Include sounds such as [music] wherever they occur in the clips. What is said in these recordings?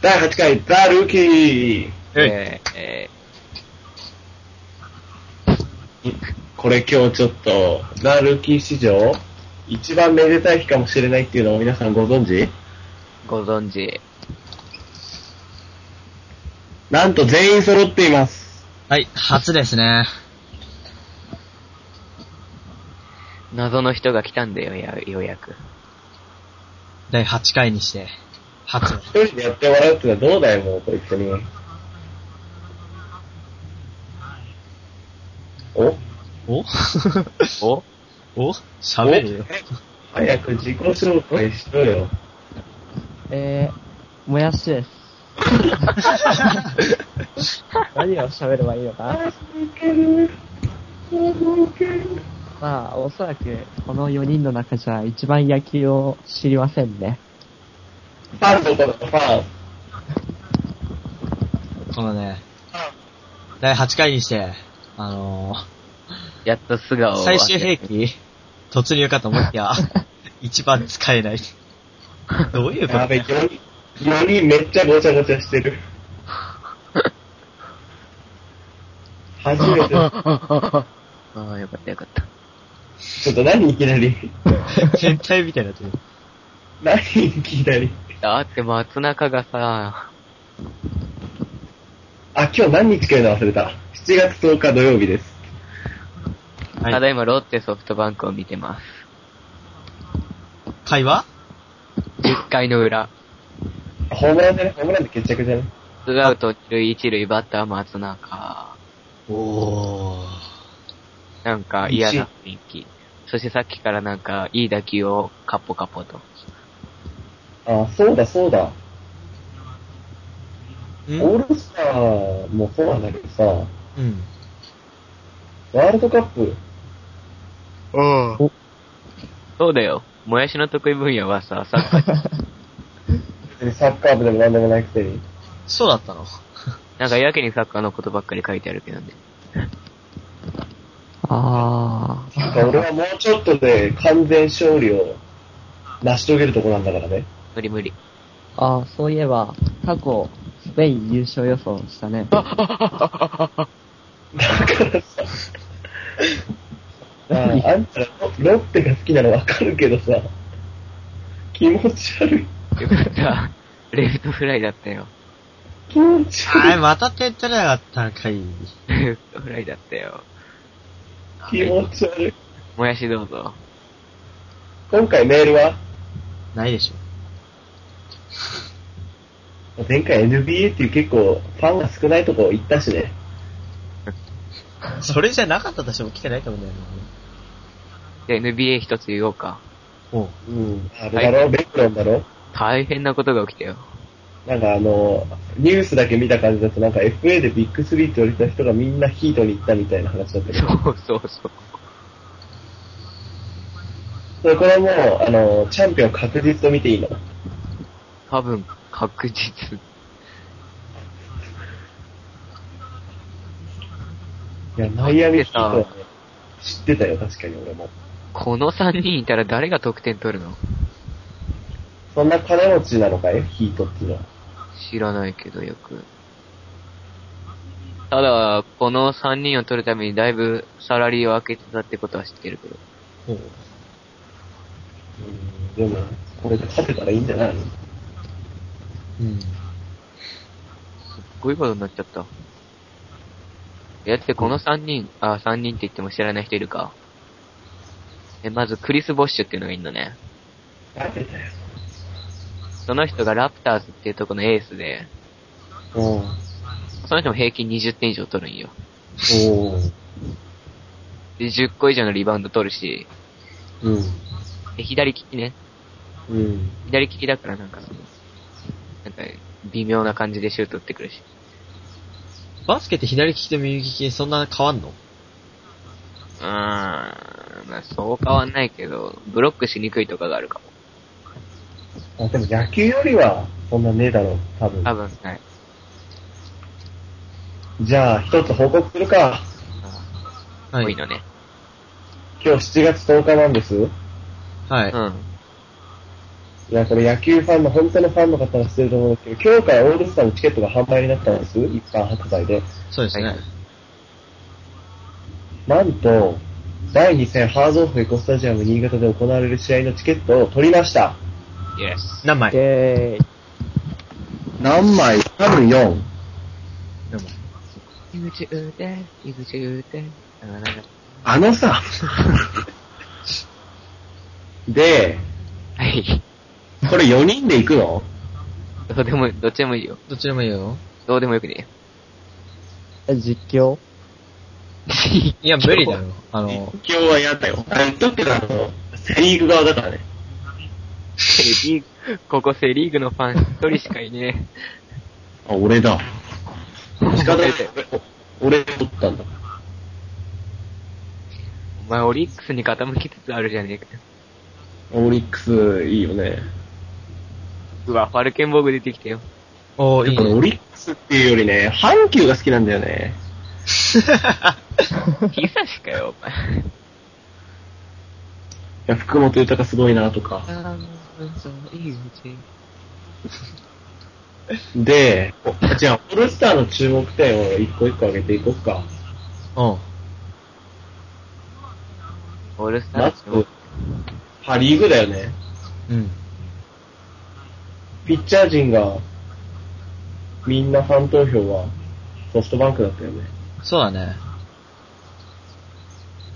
第8回ザ・ルーキー。えーえこれ今日ちょっと、ザ・ルーキー史上、一番めでたい日かもしれないっていうのを皆さんご存知ーご存知。なんと全員揃っています。はい、初ですね。謎の人が来たんだよ、やようやく。第8回にして。初。一人でやってもらうってのはどうだよ、もう、こいつに。おおお [laughs] お喋るよ。早く自己紹介しろよ。えー、もやし [laughs] です。何を喋ればいいのかなまあ、おそらく、この4人の中じゃ一番野球を知りませんね。ファンのこと、ファン。 [laughs] このね、第8回にして、あのやっと素顔ー、を。最終兵器突入かと思いきや、 [laughs] 一番使えない。どういうことやべ、4人、4人めっちゃごちゃごちゃしてる。初めて、ああ、よかったよかった。ちょっと何いきなり。 [laughs] 変態みたいになってる。何いきなり。だって松中がさ、あ、今日何日かいうの忘れた。7月10日土曜日です。たはい。だいまロッテソフトバンクを見て [laughs] ます。会話10回の裏。ホームランじゃねホームランで決着じゃねツーアウト2塁1塁バッター松中。おー。なんか嫌な雰囲気。そしてさっきからなんかいい打球をカッポカッポと。あ、そうだそうだ。オールスターもそうなんだけどさ、うん。ワールドカップ、そうだよ。もやしの得意分野はさ、サッカー。別にサッカー部でも何でもないくせに。そうだったのなんかやけにサッカーのことばっかり書いてあるけどね。あなんか俺はもうちょっとで完全勝利を成し遂げるとこなんだからね。無理無理。ー、あー、そういえば、過去、スペイン優勝予想したね。だからさ、ああんたらロッテが好きなのわかるけどさ、気持ち悪い。よかった。レフトフライだったよ。気持ち悪い。はい、また点取れなかったんかい。レフトフライだったよ。気持ち悪い。もやしどうぞ。今回メールは、ないでしょ。前回 NBA っていう結構ファンが少ないとこ行ったしね。それじゃなかったとしても来てないと思うんだよね。で、NBA 一つ言おうか。おううん。あれだろ、ベクロンだろ大変なことが起きたよ。なんかあの、ニュースだけ見た感じだとなんか FA でビッグスリー取りた人がみんなヒートに行ったみたいな話だったけそど。うそうそう。それこれもう、あの、チャンピオン確実と見ていいの。多分、確実。いや、マイアミヒートはね、知ってたよ、確かに俺も。この3人いたら誰が得点取るのそんな金持ちなのかいヒートっていうのは。知らないけどよく。ただ、この3人を取るためにだいぶサラリーを開けてたってことは知ってるけど。おううん、でも、これで勝てたらいいんじゃないのうん。すごいことになっちゃった。やってこの3人、あ、3人って言っても知らない人いるか。え、まずクリス・ボッシュっていうのがいるのね。勝てたよ。その人がラプターズっていうとこのエースで、うん。その人も平均20点以上取るんよ。おー。で、10個以上のリバウンド取るし、うん。で左利きね。うん。左利きだからなんかその、なんか微妙な感じでシュート打ってくるし。バスケって左利きと右利きそんな変わんのうーん、まあそう変わんないけど、ブロックしにくいとかがあるかも。あ、でも野球よりは、そんなねえだろう、多分。多分、はい。じゃあ、一つ報告するか。多はいい。のね。今日7月10日なんです。はうい。ん。いや、これ野球ファンの、本当のファンの方は知ってると思うんですけど、今日からオールスターのチケットが販売になったんです、一般発売で。そうですね。はいなんと、第2戦ハーゾーフエコスタジアム新潟で行われる試合のチケットを取りました。イエス。何枚でで、何枚多分4。も、井口打て、井口打て。あなんかあのさ。で、はい。これ4人で行くのどうでも、どっちでもいいよ。どっちでもいいよ。どうでもよくね。実況いや、無理だろ。あの、実況は嫌だよ。あの、言っとくけどあの、セリーグ側だからね。セリーグ、ここセリーグのファン一人しかいねあ、俺だ。え。仕方ない。俺、俺取ったんだ。お前オリックスに傾きつつあるじゃねえかよ。オリックス、いいよね。うわ、ファルケンボーグ出てきたよ。おー、いいこれねオリックスっていうよりね、阪急が好きなんだよね。久しかよ、お前。いや、福本豊すごいなとか。あーそういいうち。で、おじゃあ、オールスターの注目点を一個一個上げていこうか。うん。オールスタまずーの、パリーグだよね。うん。ピッチャー陣が、みんなファン投票は、ソフトバンクだったよね。そうだね。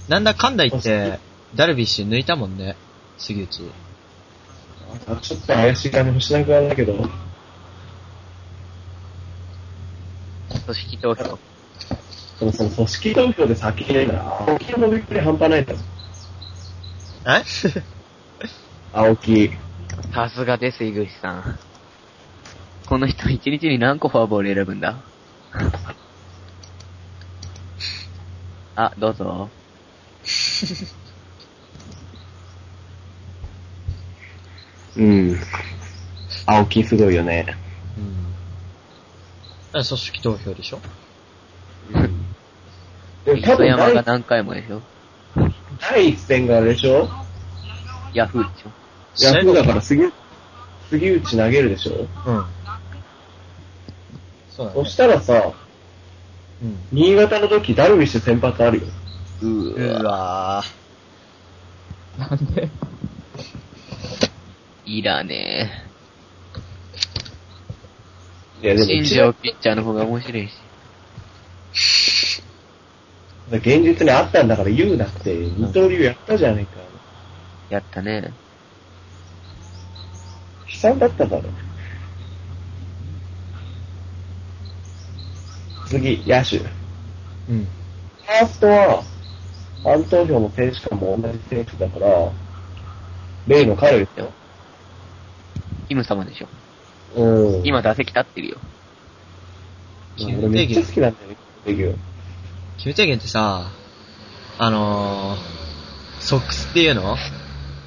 なんだかんだ言って、ダルビッシュ抜いたもんね。杉内。あちょっと怪しい感じもしなくなるんだけど、組織投票。そのその組織投票で先になら、青木のびっくり半端ないだろ。え青木。さすがです、井口さん。この人、一日に何個フォアボール選ぶん [laughs] だあ、どうぞ。うん。青木すごいよね。うん。あ組織投票でしょでも多磯分山が第何回もでしょ第一戦があれでしょヤフーでしょヤフーだから杉杉内投げるでしょうん。そうだそねし。たらさ、うん。新潟の時ダルビッシュ先発あるよ。ううーわ。わぁ。なんでいらねいやえ。でも新一庄番、ピッチャーの方が面白いし。現実にあったんだから言うなって、二刀流やったじゃねえか。やったね。悲惨だっただろ。次、野手。フうん。ァーストは、ファン投票の選手間も同じ選手だから、例の彼ですよ。キム様でしょ。うん。今打席立ってるよ。うん、俺めっちゃ好きなんだよね、レギュ決め制限ってさ、あのー、ソックスっていうの、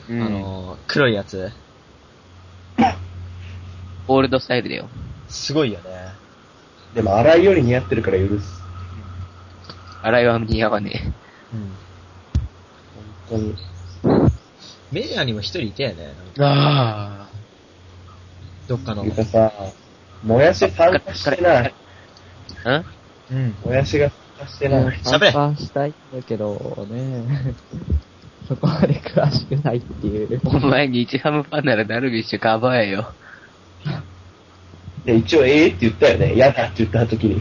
うん。あのー、黒いやつ。オールドスタイルだよ。すごいよね。でも、荒井より似合ってるから許す。洗いは似合わねうん。本当に。メジャーにも一人いたよね。なんかえ。ああ。どっかの。ゆかさ、もやし参加してない。んうん。もやしが参加してない。喋れ参加したいんだけど、ね [laughs] そこまで詳しくないっていう。お前日ハムファンならダルビッシュカバーやよ。で、一応、ええって言ったよね。嫌だって言った時に。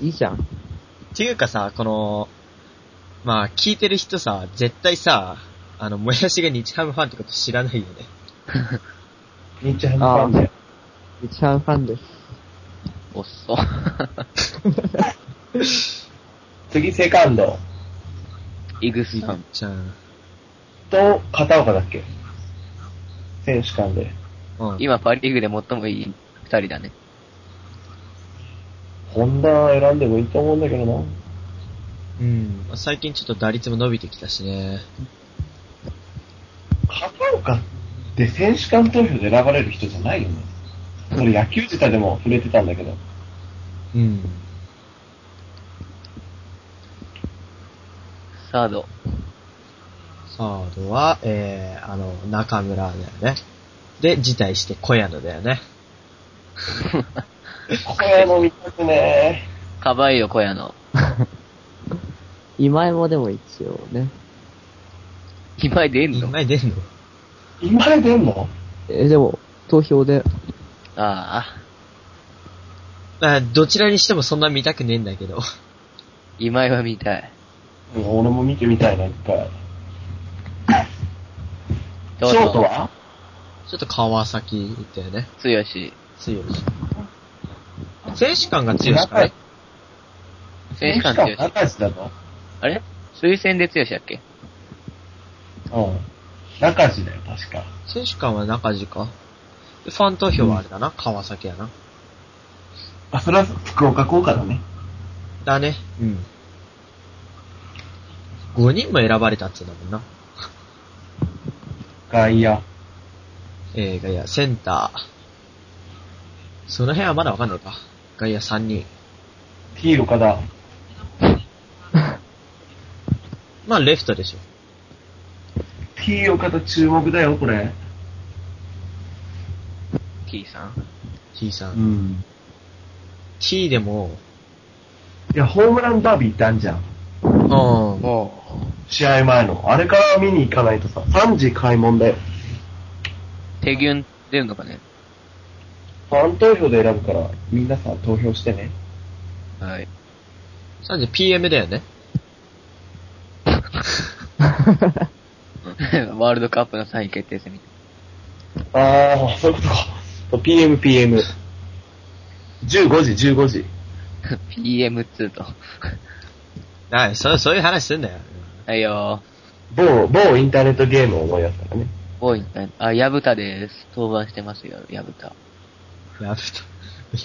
いいじゃん。っていうかさ、この、まあ、聞いてる人さ、絶対さ、あの、もやしが日ハムファンってこと知らないよね。日ハムファンだよ。一番ファンです。おっそ。 [laughs] 次、セカンド。イグスさん。じゃん。と、片岡だっけ選手間で。うん。今パリーグで最もいい二人だね。ホンダ選んでもいいと思うんだけどな。うん。まあ最近ちょっと打率も伸びてきたしね。片岡って選手間投票で選ばれる人じゃないよね。それ野球自体でも触れてたんだけど。うん。 [laughs] サード。サードは、えー、あの、中村だよね。で、辞退して小屋野だよね。これも見たくねかばいよ、小屋の。今井もでも一応ね。今井出んの今出んー。の今で出んのえーでも、投票で、ああ。あどちらにしてもそんな見たくねえんだけど。 [laughs] 今井は見たい。うん俺も見てみたいな、いっぱい。シどうョぞートはちょっと川崎だよね。つよし。強い。選手感が強いしかね。選手間つよ選し。仲良しだぞ。あれ推薦でつよしだっけうん。仲良しだよ、確か。選手間は中地か。でファン投票はあれだな、川崎やな。あ、それは福岡効果だね。だね。うん。5人も選ばれたっつうんだもんな。外野。えー、外野、センター。その辺はまだわかんないか。外野3人。 T 岡田。まあ、レフトでしょ。 T 岡田注目だよ、これ。 ?T さん。 T さん。ん。 T でも、いや、ホームランダービー行ったんじゃん。うん。おう。試合前の。あれから見に行かないとさ、3時開門だよ。手ギュン出るのかねファン投票で選ぶから、みんなさ、投票してね。はい。 3時 PM だよね。 [laughs] ワールドカップの3位決定戦みたい [laughs] あー、そういうことか。PM、PM。15時、15時。な。PM2 と。 [laughs] はい、そう、そういう話すんだよ。はいよ某、某インターネットゲームを思い出したからね。ー。ボーインさん。あ、ヤブタです。登板してますよ、ヤブタ。やべた。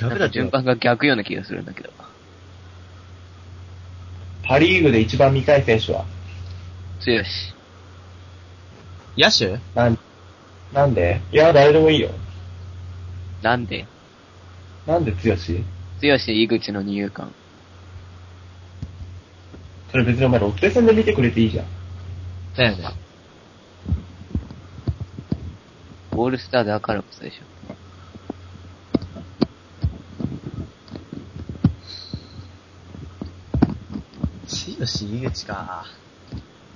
やなんべかた、順番が逆ような気がするんだけど。パリーグで一番見たい選手はつよし。野手なん、なんでいや、誰でもいいよ。なんでなんで強しつよし、井口の二遊間。それ別にお前ロッテ戦で見てくれていいじゃん。だよね。オールスターだからこそでしょ。強し、井口か。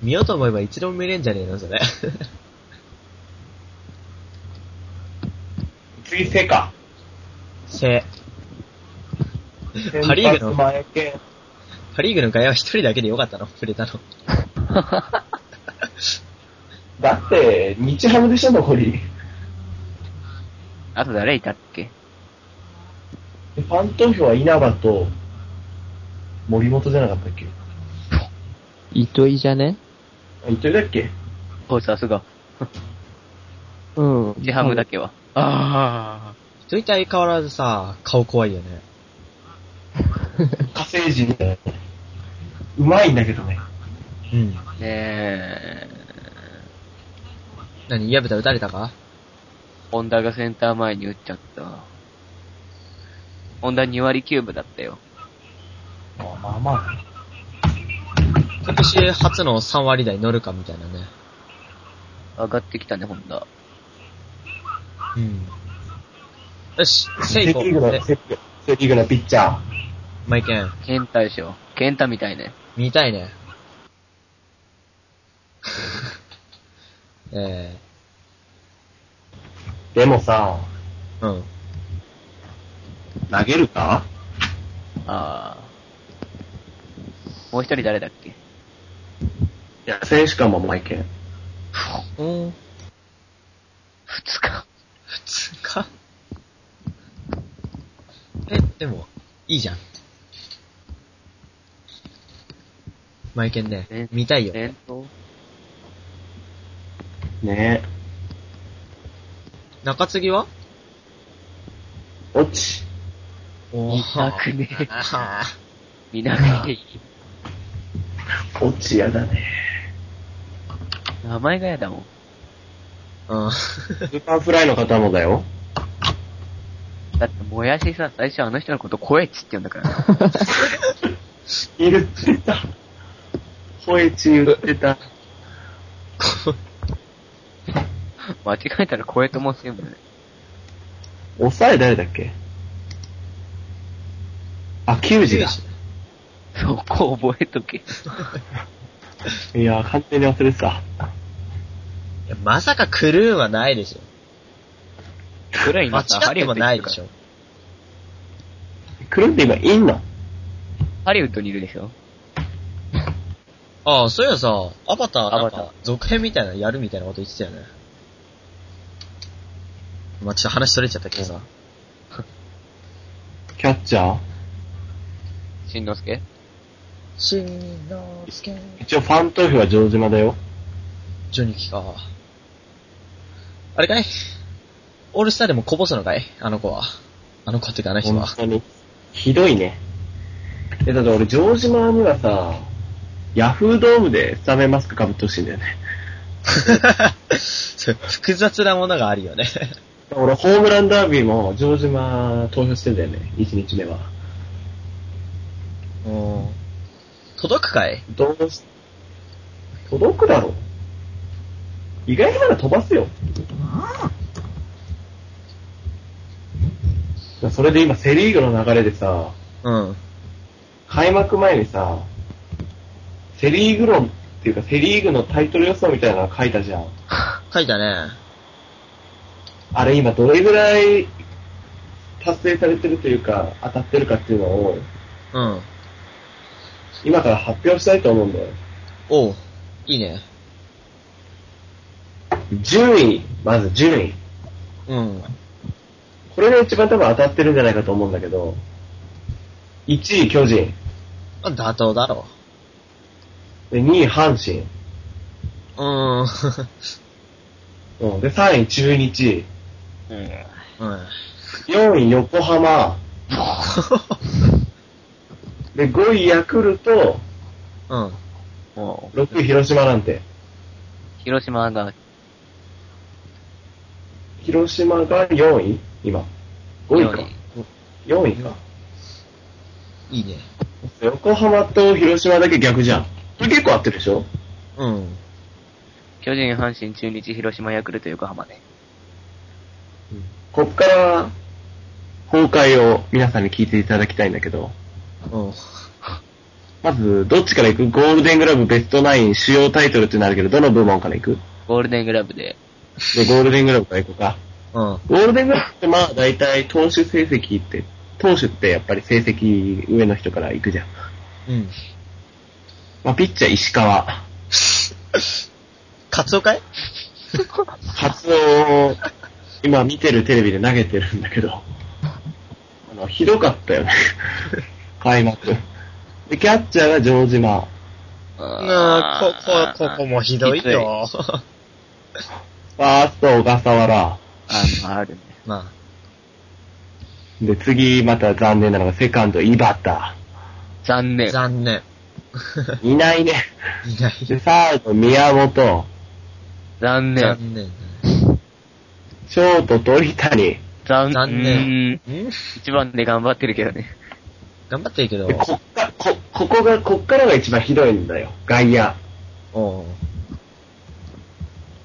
見ようと思えば一度も見れんじゃねえの、それ。 [laughs] 次、セ [laughs] カ。せ、パリーグの先発前系パリーグの外野は一人だけでよかったの触れたの。だって、日ハムでしょ、残 [laughs] り。あと誰いたっけでファン投票は稲葉と森本じゃなかったっけ糸井じゃねあ、糸井だっけお、さすが。うん。ジハムだけは。あ人いて相変わらずさ、顔怖いよね。火星人みたいな。うまいんだけどね。うん。あ。ねえ。何、矢蓋打たれたかホンダがセンター前に打っちゃった。ホンダ2割9分だったよ。まあまあまあ。今年初の3割台乗るかみたいなね。上がってきたね、ホンダ。うん。よし、セせいリこーグの、う。セセリーグのピッチャー。マイケン、ケンタでしょ。ケンタみたいね。見たいね。 [laughs] えでもさ、ー、うん。投げるかああ。もう一人誰だっけいや、選手間もマイケン。うん。普通か。普通かえ、でも、いいじゃん。マイケンねえ、見たいよ。連投ね中継ぎはえ。落ち。お見たくねえあ見なくていい。落ちやだね。名前がやだもん。ーうん。スーパーフライの方もだよ。だって、もやしさ、最初あの人のこと声っちって言うんだから。 [laughs] 言ってた。声ち言ってた。こ間違えたら小江ともセブン。抑え誰だっけあ、球 [laughs] 児だ。そこ覚えとけ。いやー、完全に忘れてた。いやまさかクルーンはないでしょ。ぐらい間ま [laughs] たハ違っリてウッドもにないいるかでらしょ。クルンって今いんのハリウッドにいるでしょああ、そういやさ、アバターなんアバターか続編みたいなのやるみたいなこと言ってたよね。まあ、ちょっと話取れちゃったけどさ。キャッチャーしんのすけしんのすけ一応ファン投票は城島だよ。ジョニキか。あれかいオールスターでもこぼすのかいあの子は。あの子っていうかあの人本は。当に。ひどいね。え、だって俺、城島にはさ、ヤフードームでスタメンマスク被ってほしいんだよね。 [laughs] そう複雑なものがあるよね。俺、ホームランダービーも城島投票してんだよね、1日目は。 [laughs] うん。届くかいどうし、届くだろう。意外なら飛ばすよ。それで今、セリーグの流れでさ、うん。開幕前にさ、セリーグ論っていうか、セリーグのタイトル予想みたいなの書いたじゃん。書いたね。あれ今どれぐらい達成されてるというか、当たってるかっていうのを、うん。今から発表したいと思うんだよ。おう。いいね。順位、まず順位。うん。これが一番多分当たってるんじゃないかと思うんだけど、1位巨人、あ妥当だろで2位阪神、う。うん。 [laughs] うん、で3位中日、うん。うん。 [laughs] 4位横浜、で5位ヤクルト、うん。も6位広島なんて。う、広島が、広島が4位今。5位か。4位か。いいね。横浜と広島だけ逆じゃん。これ結構合ってるでしょうん。巨人、阪神、中日、広島、ヤクルト、横浜ね。こっから、崩壊を皆さんに聞いていただきたいんだけど、うん。まず、どっちから行くゴールデングラブベストナイン主要タイトルってなるけど、どの部門から行くゴールデングラブで、で、ゴールデングラブから行こうか。うん。ゴールデングラブってまあ、大体投手成績って、投手ってやっぱり成績上の人から行くじゃん。うん。まあ、ピッチャー石川、カツオかい初を今見てるテレビで投げてるんだけど、あの、ひどかったよね。 [laughs] 開幕。で、キャッチャーが城島。あこ、こ、ここもひどいよ。ファースト、小笠原。あ、まあ、あるね。まで、次、また残念なのが、セカンド、井端。残あ、念。残念。 [laughs] いないね。いない。で、サード、宮本。残念。残念。ショート、鳥谷。残残念うんん一番で頑張ってるけどね。頑張ってるけどで、。こっか、こ、ここが、こっからが一番ひどいんだよ。外野。おう。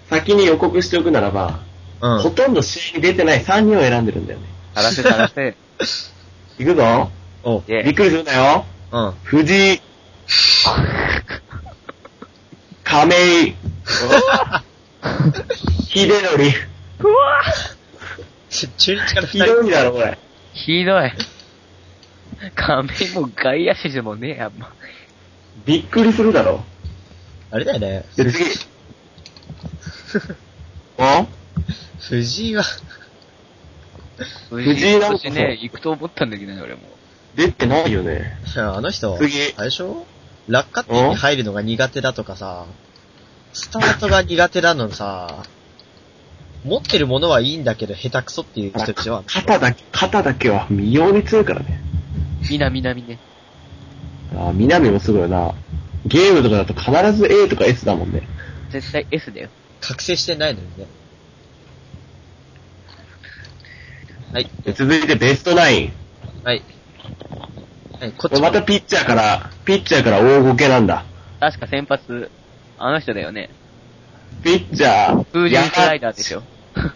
先に予告しておくならば、うほん。とんど試合に出てない3人を選んでるんだよね。荒らせ荒ら [laughs] せ。いくぞ。おう。イェびイっくりするなよ。うん。 [laughs] 藤井。亀井。 [laughs] 秀 [laughs] 則。ち中日からひ二人。どいだろ、これ。ひどい。亀井も外野手でもねえやんま。びっくりするだろ。あれだよね。で、次。 [laughs] お藤井は、藤井なんかさ今年ね、行くと思ったんだけどね、俺も。出てないよね。あの人、次あれでしょ落下点に入るのが苦手だとかさ、スタートが苦手なのさ、持ってるものはいいんだけど下手くそっていう人でしょ肩だけ、肩だけは微妙に強いからね。南南ね。あー、南もすごいよな。ゲームとかだと必ず A とか S だもんね。絶対 S だよ。覚醒してないのにね。はい。で続いてベストナイン。はい。はい、ここっれちまたピッチャーから、ピッチャーから大ごけなんだ。確か先発、あの人だよね。ピッチャー、風神スライダーでしょ。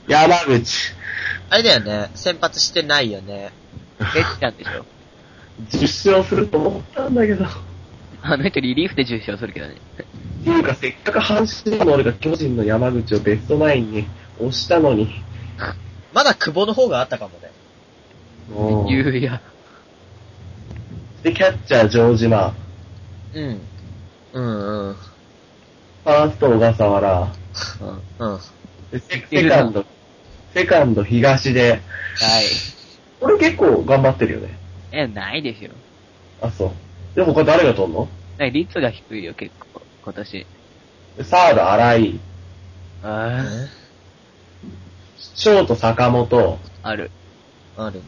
山口、あれだよね、先発してないよね。 [laughs] レッチなんでしょ。 10勝すると思ったんだけど。あの人リリーフで重勝するけどね。っていうか、せっかく阪神の俺が巨人の山口をベストナインに押したのに。まだ久保の方があったかもね。もうゆうや。で、キャッチャー、城島。うん。うんうん。ファースト、小笠原。うん。うん。でセセカンド、セカンド、東で。ない。俺結構頑張ってるよね。え、ないでしょ。あ、そう。で、他誰が取んのない率が低いよ、結構。今年。でサード、荒井。あねショート、坂本。ある。あるね。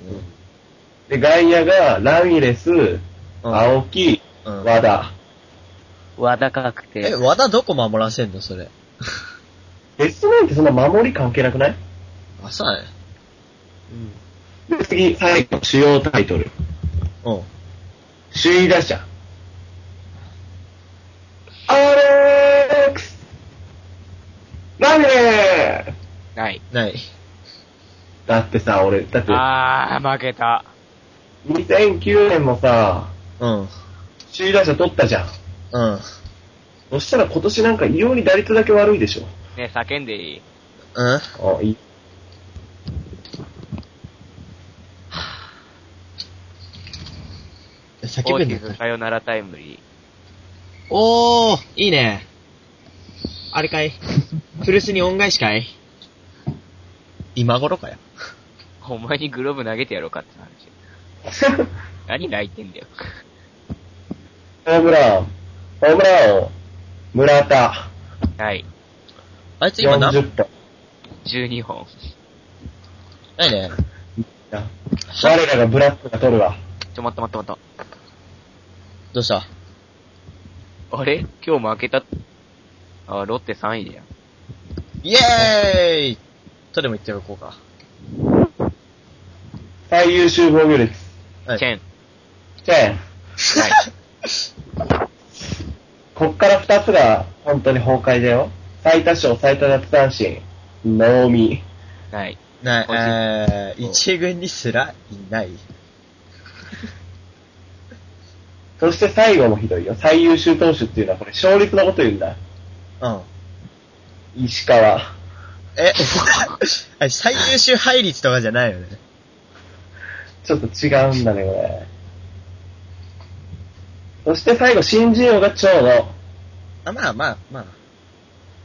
で、外野が、ラミレス、うん青木、うん和田。和田確え、定。和田どこ守らせんのそれ。ベストナインってそんな守り関係なくないあ、そうだね。で、次、最後、主要タイトル。うん。首位打者。アレックスラミレスない。ない。だってさ、俺、だって、あー、負けた。 2009年もさ、うん。首位打者取ったじゃん。うん。そしたら今年なんか異様に打率だけ悪いでしね叫んでいいうんょ。あ、いい。 [laughs] 叫大ぶきんくだった。さよならタイムリー。おー、いいね。あれか [laughs] い古巣に恩返しかい今頃かよ。お前にグローブ投げてやろうかって話。何泣いてんだよ。ホームラン、ホームランを、村田、ない。あいつ今何40本。 12本。ないね。我らがブラックが取るわ。ちょ、待った待った待っどうしたた。あれ今日負けた。あ、ロッテ3位だよ。イエーイとでも言っておこうか。最優秀防御率。はいチェン。チェーン。ない。 [laughs] こっから2つが本当に崩壊だよ。最多勝、最多奪三振、ノーミない。個人ない、えー、一軍にすらいない。ー。そして最後もひどいよ。最優秀投手っていうのはこれ、勝率のこと言うんだ。うん。石川。え、 [laughs] あれ最優秀配率とかじゃないよね。ちょっと違うんだね、これ。そして最後、新人王が長野。あ、まあまあ、まあ。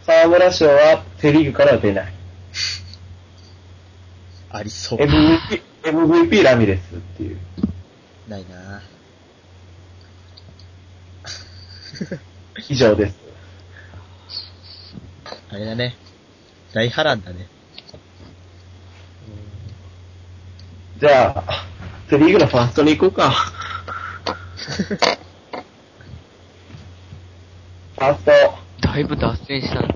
沢村賞はセリーグからは出ない。ありそう。 MVP、MVP ラミレスっていう。ないな以上です。あれだね。大波乱だね。じゃあ、セリーグのファーストに行こうか。ファースト、だいぶ脱線したの。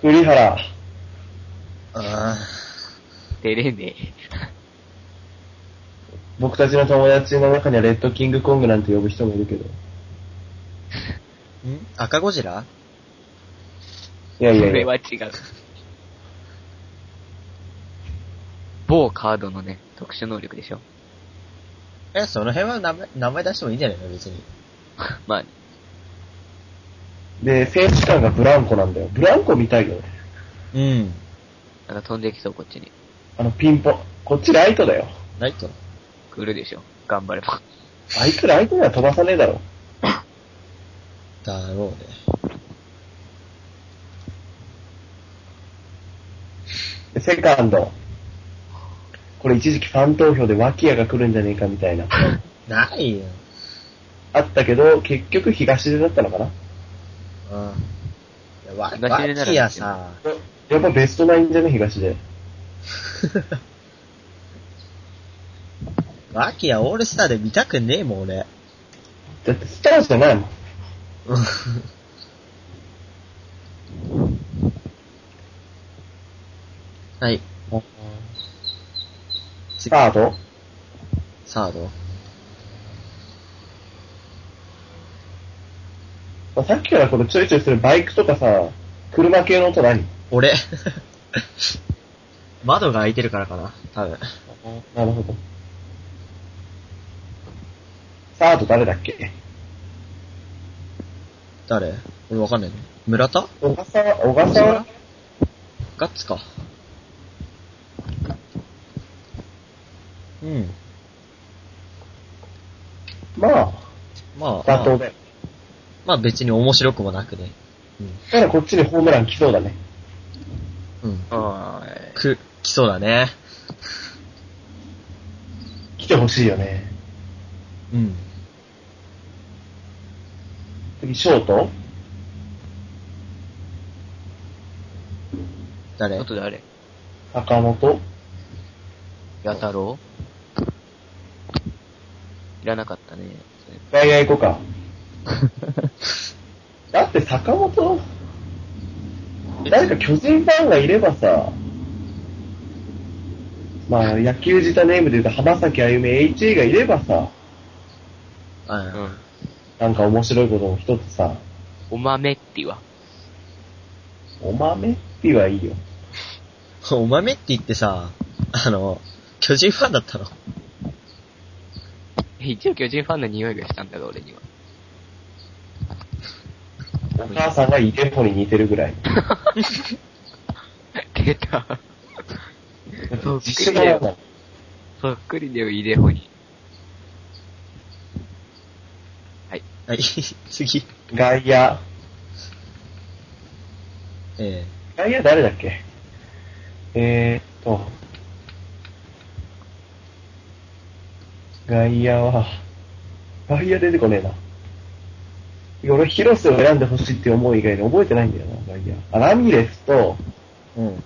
栗原、あ出れね僕たちの友達の中にはレッドキングコングなんて呼ぶ人もいるけど。ーん赤ゴジラいやえ。いそやれいやは違う。某カードのね、特殊能力でしょ。 [laughs] え、その辺は名前名前出してもいいんじゃないの別に。まあ、で、選手団がブランコなんだよ。ブランコ見たいよね。うん。あの飛んできそう、こっちに。あの、ピンポン。こっちライトだよ。ないと。来るでしょ。頑張れば。あいつライトには飛ばさねえだろ。だろうね。でセカンド。これ一時期ファン投票で脇屋が来るんじゃねえかみたいな。ないよ。あったけど、結局東出だったのかなうん。いやわ、東出ならわきやさ。やっぱベストナインじゃね東出。 [laughs] わきやオールスターで見たくねえもん、俺。だってスターじゃないもん。はい。スタートサード。まあさっきからこのちょいちょいするバイクとかさ、車系のトライ。俺。 [laughs] 窓が開いてるからかな、多分。なるほど。さあ、あと誰だっけ誰俺わかんないね。村田小笠原、小笠原ガッツか。うん。まあ、まあ、妥ま当あ、だよ。まあ別に面白くもなくね。ただこっちにホームラン来そうだね。うん。あーく、来そうだね。来てほしいよね。うん。次、ショート誰あと誰坂本矢太郎いらなかったね。それ外野行こうか。 [laughs] だって坂本、誰か巨人ファンがいればさ、まあ野球自体ネームで言うと浜崎あゆみ HE がいればさ、うん。なんか面白いことも一つさ、お豆って [laughs] わ。お豆っていうのはいいよ。お豆って言ってさ、あの、巨人ファンだったのえ一応巨人ファンの匂いがしたんだが、俺には。お [laughs] 母さんがイデホに似てるぐらい。出た。 [laughs] そっくり実写だだよ。よ。そっくりだよ、イデホに。はい、次。外野。え外野誰だっけえーっと、外野は、外野出てこねえな。いや俺、広瀬を選んでほしいって思う以外に覚えてないんだよな、外野。あ、ラミレスと、えうん。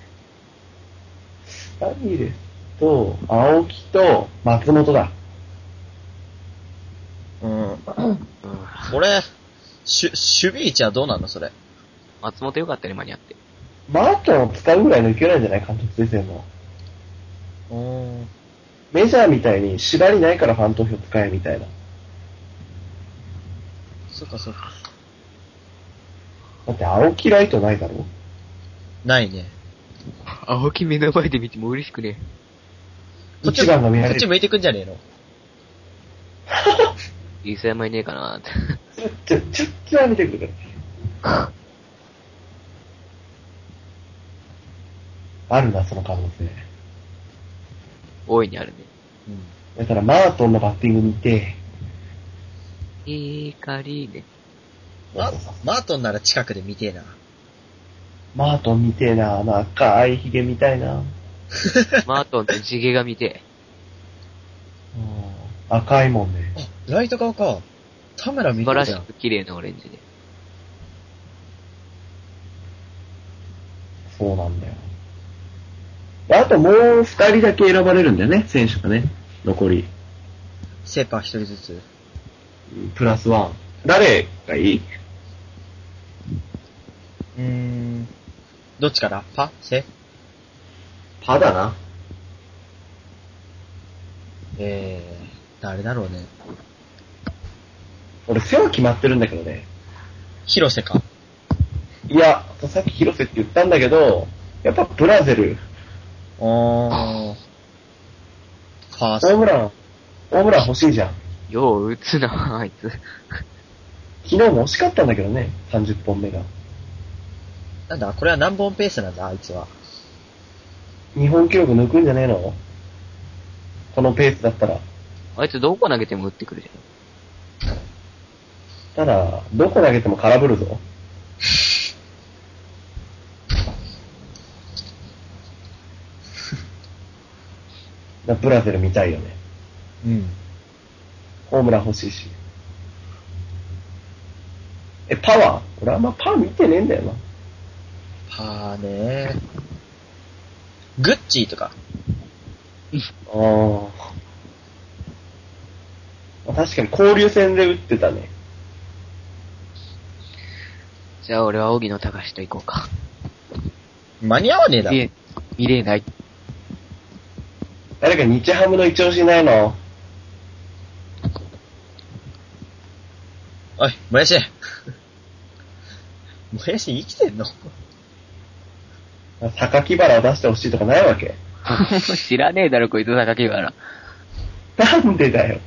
ラミレスと、青木と、松本だ。うん。俺、しゅ、守備位置はどうなんのそれ。松本よかったね、間に合って。マートンを使うぐらいの勢いなんじゃない監督先生も。うん。メジャーみたいに縛りないからファン投票使えみたいな。そっかそっか。だって青木ライトないだろないね。青木目の前で見ても嬉しくね。こっち一番が見らこれっちる。向いてくんじゃねえの磯山いねえかなって。 [laughs] ちょ、 [laughs] ちょ、ちょ、ちょ、見てく [laughs] る。あるな、その可能性。大いにあるね。うだん。から、マートンのバッティング見て、いいかりね。ママートンなら近くで見てえな。マートン見てえな、あの赤いヒゲ見たいな。マートンと地毛が見 [laughs] て。赤いもんね。あ、ライト側か。田村素見て晴るらじしゃん。く綺麗なオレンジで。そうなんだよ。あともう二人だけ選ばれるんだよね、選手がね。残り。セーパー一人ずつ。プラスワン。誰がいいうーん。どっちからパセパだな。えー、誰だろうね。俺、背は決まってるんだけどね。広瀬か。いや、さっき広瀬って言ったんだけど、やっぱブラゼル。あー。ファーホースムラン、ホームラン欲しいじゃん。よう打つな、あいつ。昨日も惜しかったんだけどね、30本目が。なんだ、これは何本ペースなんだ、あいつは。日本記録抜くんじゃねえのこのペースだったら。あいつどこ投げても打ってくるじただ、どこ投げても空振るぞ。 [laughs] だブラゼル見たいよね。うん。ホームラン欲しいし。え、パワー俺あんまパワー見てねえんだよな。パーねー。グッチーとか。ああ。確かに交流戦で打ってたね。ゃん。じゃあ俺は荻野隆史と行こうか。間に合わねえだ見ろ。れ、見れない。 [laughs] 誰か日ハムの一押しないの [laughs] おい、もやし。もやし生きてんの榊原を出してほしいとかないわけ。知らねえだろ、こいつ、榊原。なんでだよ。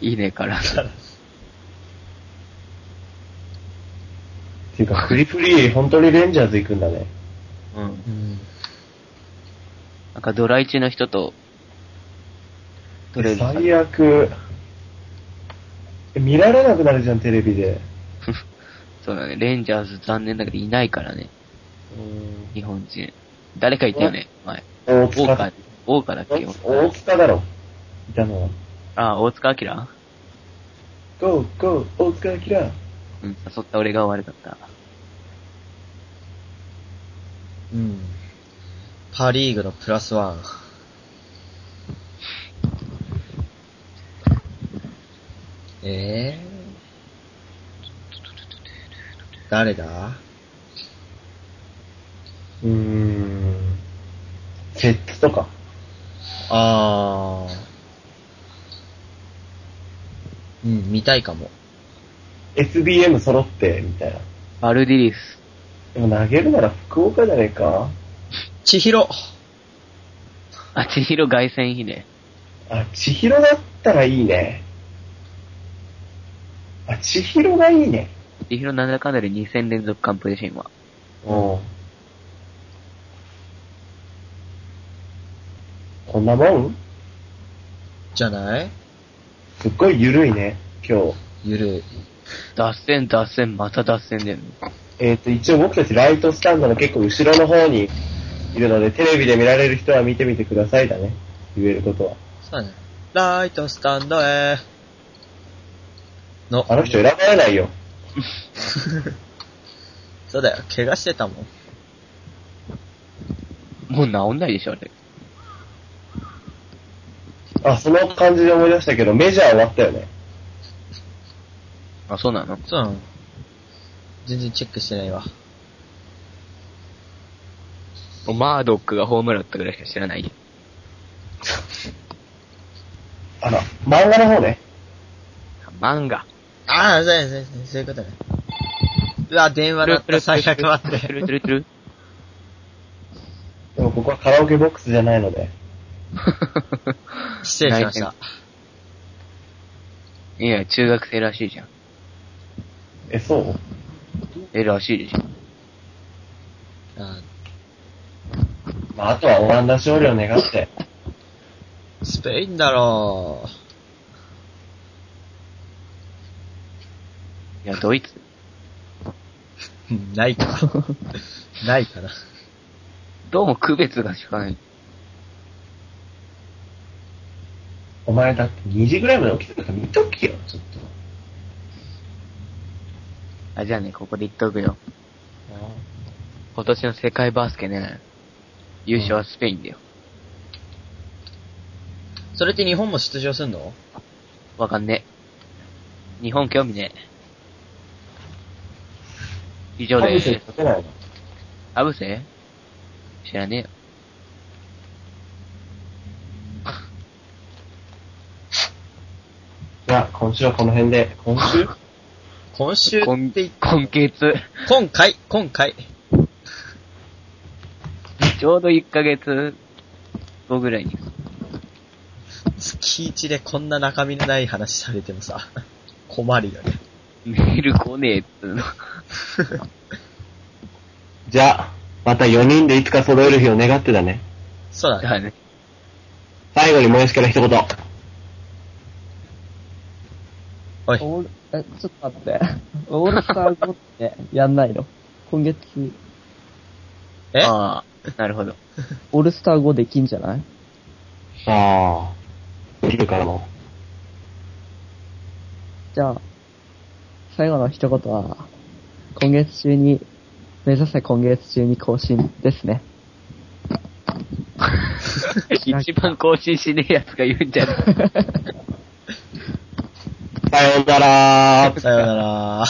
いいね、から。 [laughs] っていうか、フリフリー、本当にレンジャーズ行くんだね。うん。うん。なんか、ドライチの人と、とりあえず最悪。え見られなくなるじゃん、テレビで。 [laughs] そうだね、レンジャーズ残念だけどいないからね、うん。日本人。誰かいたよね、前。大大塚岡。、大岡だっけ大塚だろ。いたのは。あ、大塚明ゴー、ゴー、大塚明。うん、誘った俺が悪かった。うん。パリーグのプラスワン。ええ誰だうーん。セッツとか。あー。うん、見たいかも。 SBM 揃って、みたいな。バルディリス。でも投げるなら福岡じゃねえか千尋あ、千尋凱旋ひね。あ、千尋だったらいいね。あ、千尋がいいね。千尋なんだかんだで2戦連続完封でしょ、今。うん。こんなもんじゃないすっごい緩いね、今日。ゆるい。脱線、脱線、また脱線だよね。えっ、と、一応僕たちライトスタンドの結構後ろの方にいるので、テレビで見られる人は見てみてくださいだね。言えることは。そうだね。ライトスタンドへ。の、あの人選ばれないよ。そうだよ。怪我してたもん。もう治んないでしょ、あれ。あ、その感じで思い出したけど、メジャー終わったよね。あ、そうなのそうなの全然チェックしてないわ。マードックがホームラン打ったぐらいしか知らない。あの、漫画の方ね。漫画。ああ、そうや、そうや、そういうことね。うわ、電話鳴った、最悪待っトゥて。ルトゥルトゥルでもここはカラオケボックスじゃないので。失礼 [laughs] しました。いや、中学生らしいじゃん。え、そうえ、らしいでしょ。あまあ、あとはオランダ勝利を願って。ースペインだろいや、ドイツ。う。うんな [laughs] いか。ないかな。どうも区別がしかない。お前だって2時ぐらいまで起きてたから見ときよ、ちょっと。あ、じゃあね、ここで言っとくよ。今年の世界バスケね、優勝はスペインだよ。それって日本も出場すんのわかんねえ。日本興味ねえ。以上で神様ーにす。勝てないのアブセ知らねえよ。じゃあ、今週はこの辺で。今週今週っこん、て、今月。今回、今回。 [laughs] ちょうど1ヶ月後ぐらいに。月一でこんな中身のない話されてもさ、困るよね。メール来ねえっつうの。じゃあ、また4人でいつか揃える日を願ってだね。そうだね。だね。最後にもやしから一言。おい、オール、え、ちょっと待って。 [laughs] オールスター後ってやんないの今月、えああ、なる [laughs] ほど。オールスター後できんじゃないああ。できるからもじゃあ、最後の一言は、今月中に、目指せ今月中に更新ですね。一番更新しねえやつが言うんじゃねう。さようならさよなら。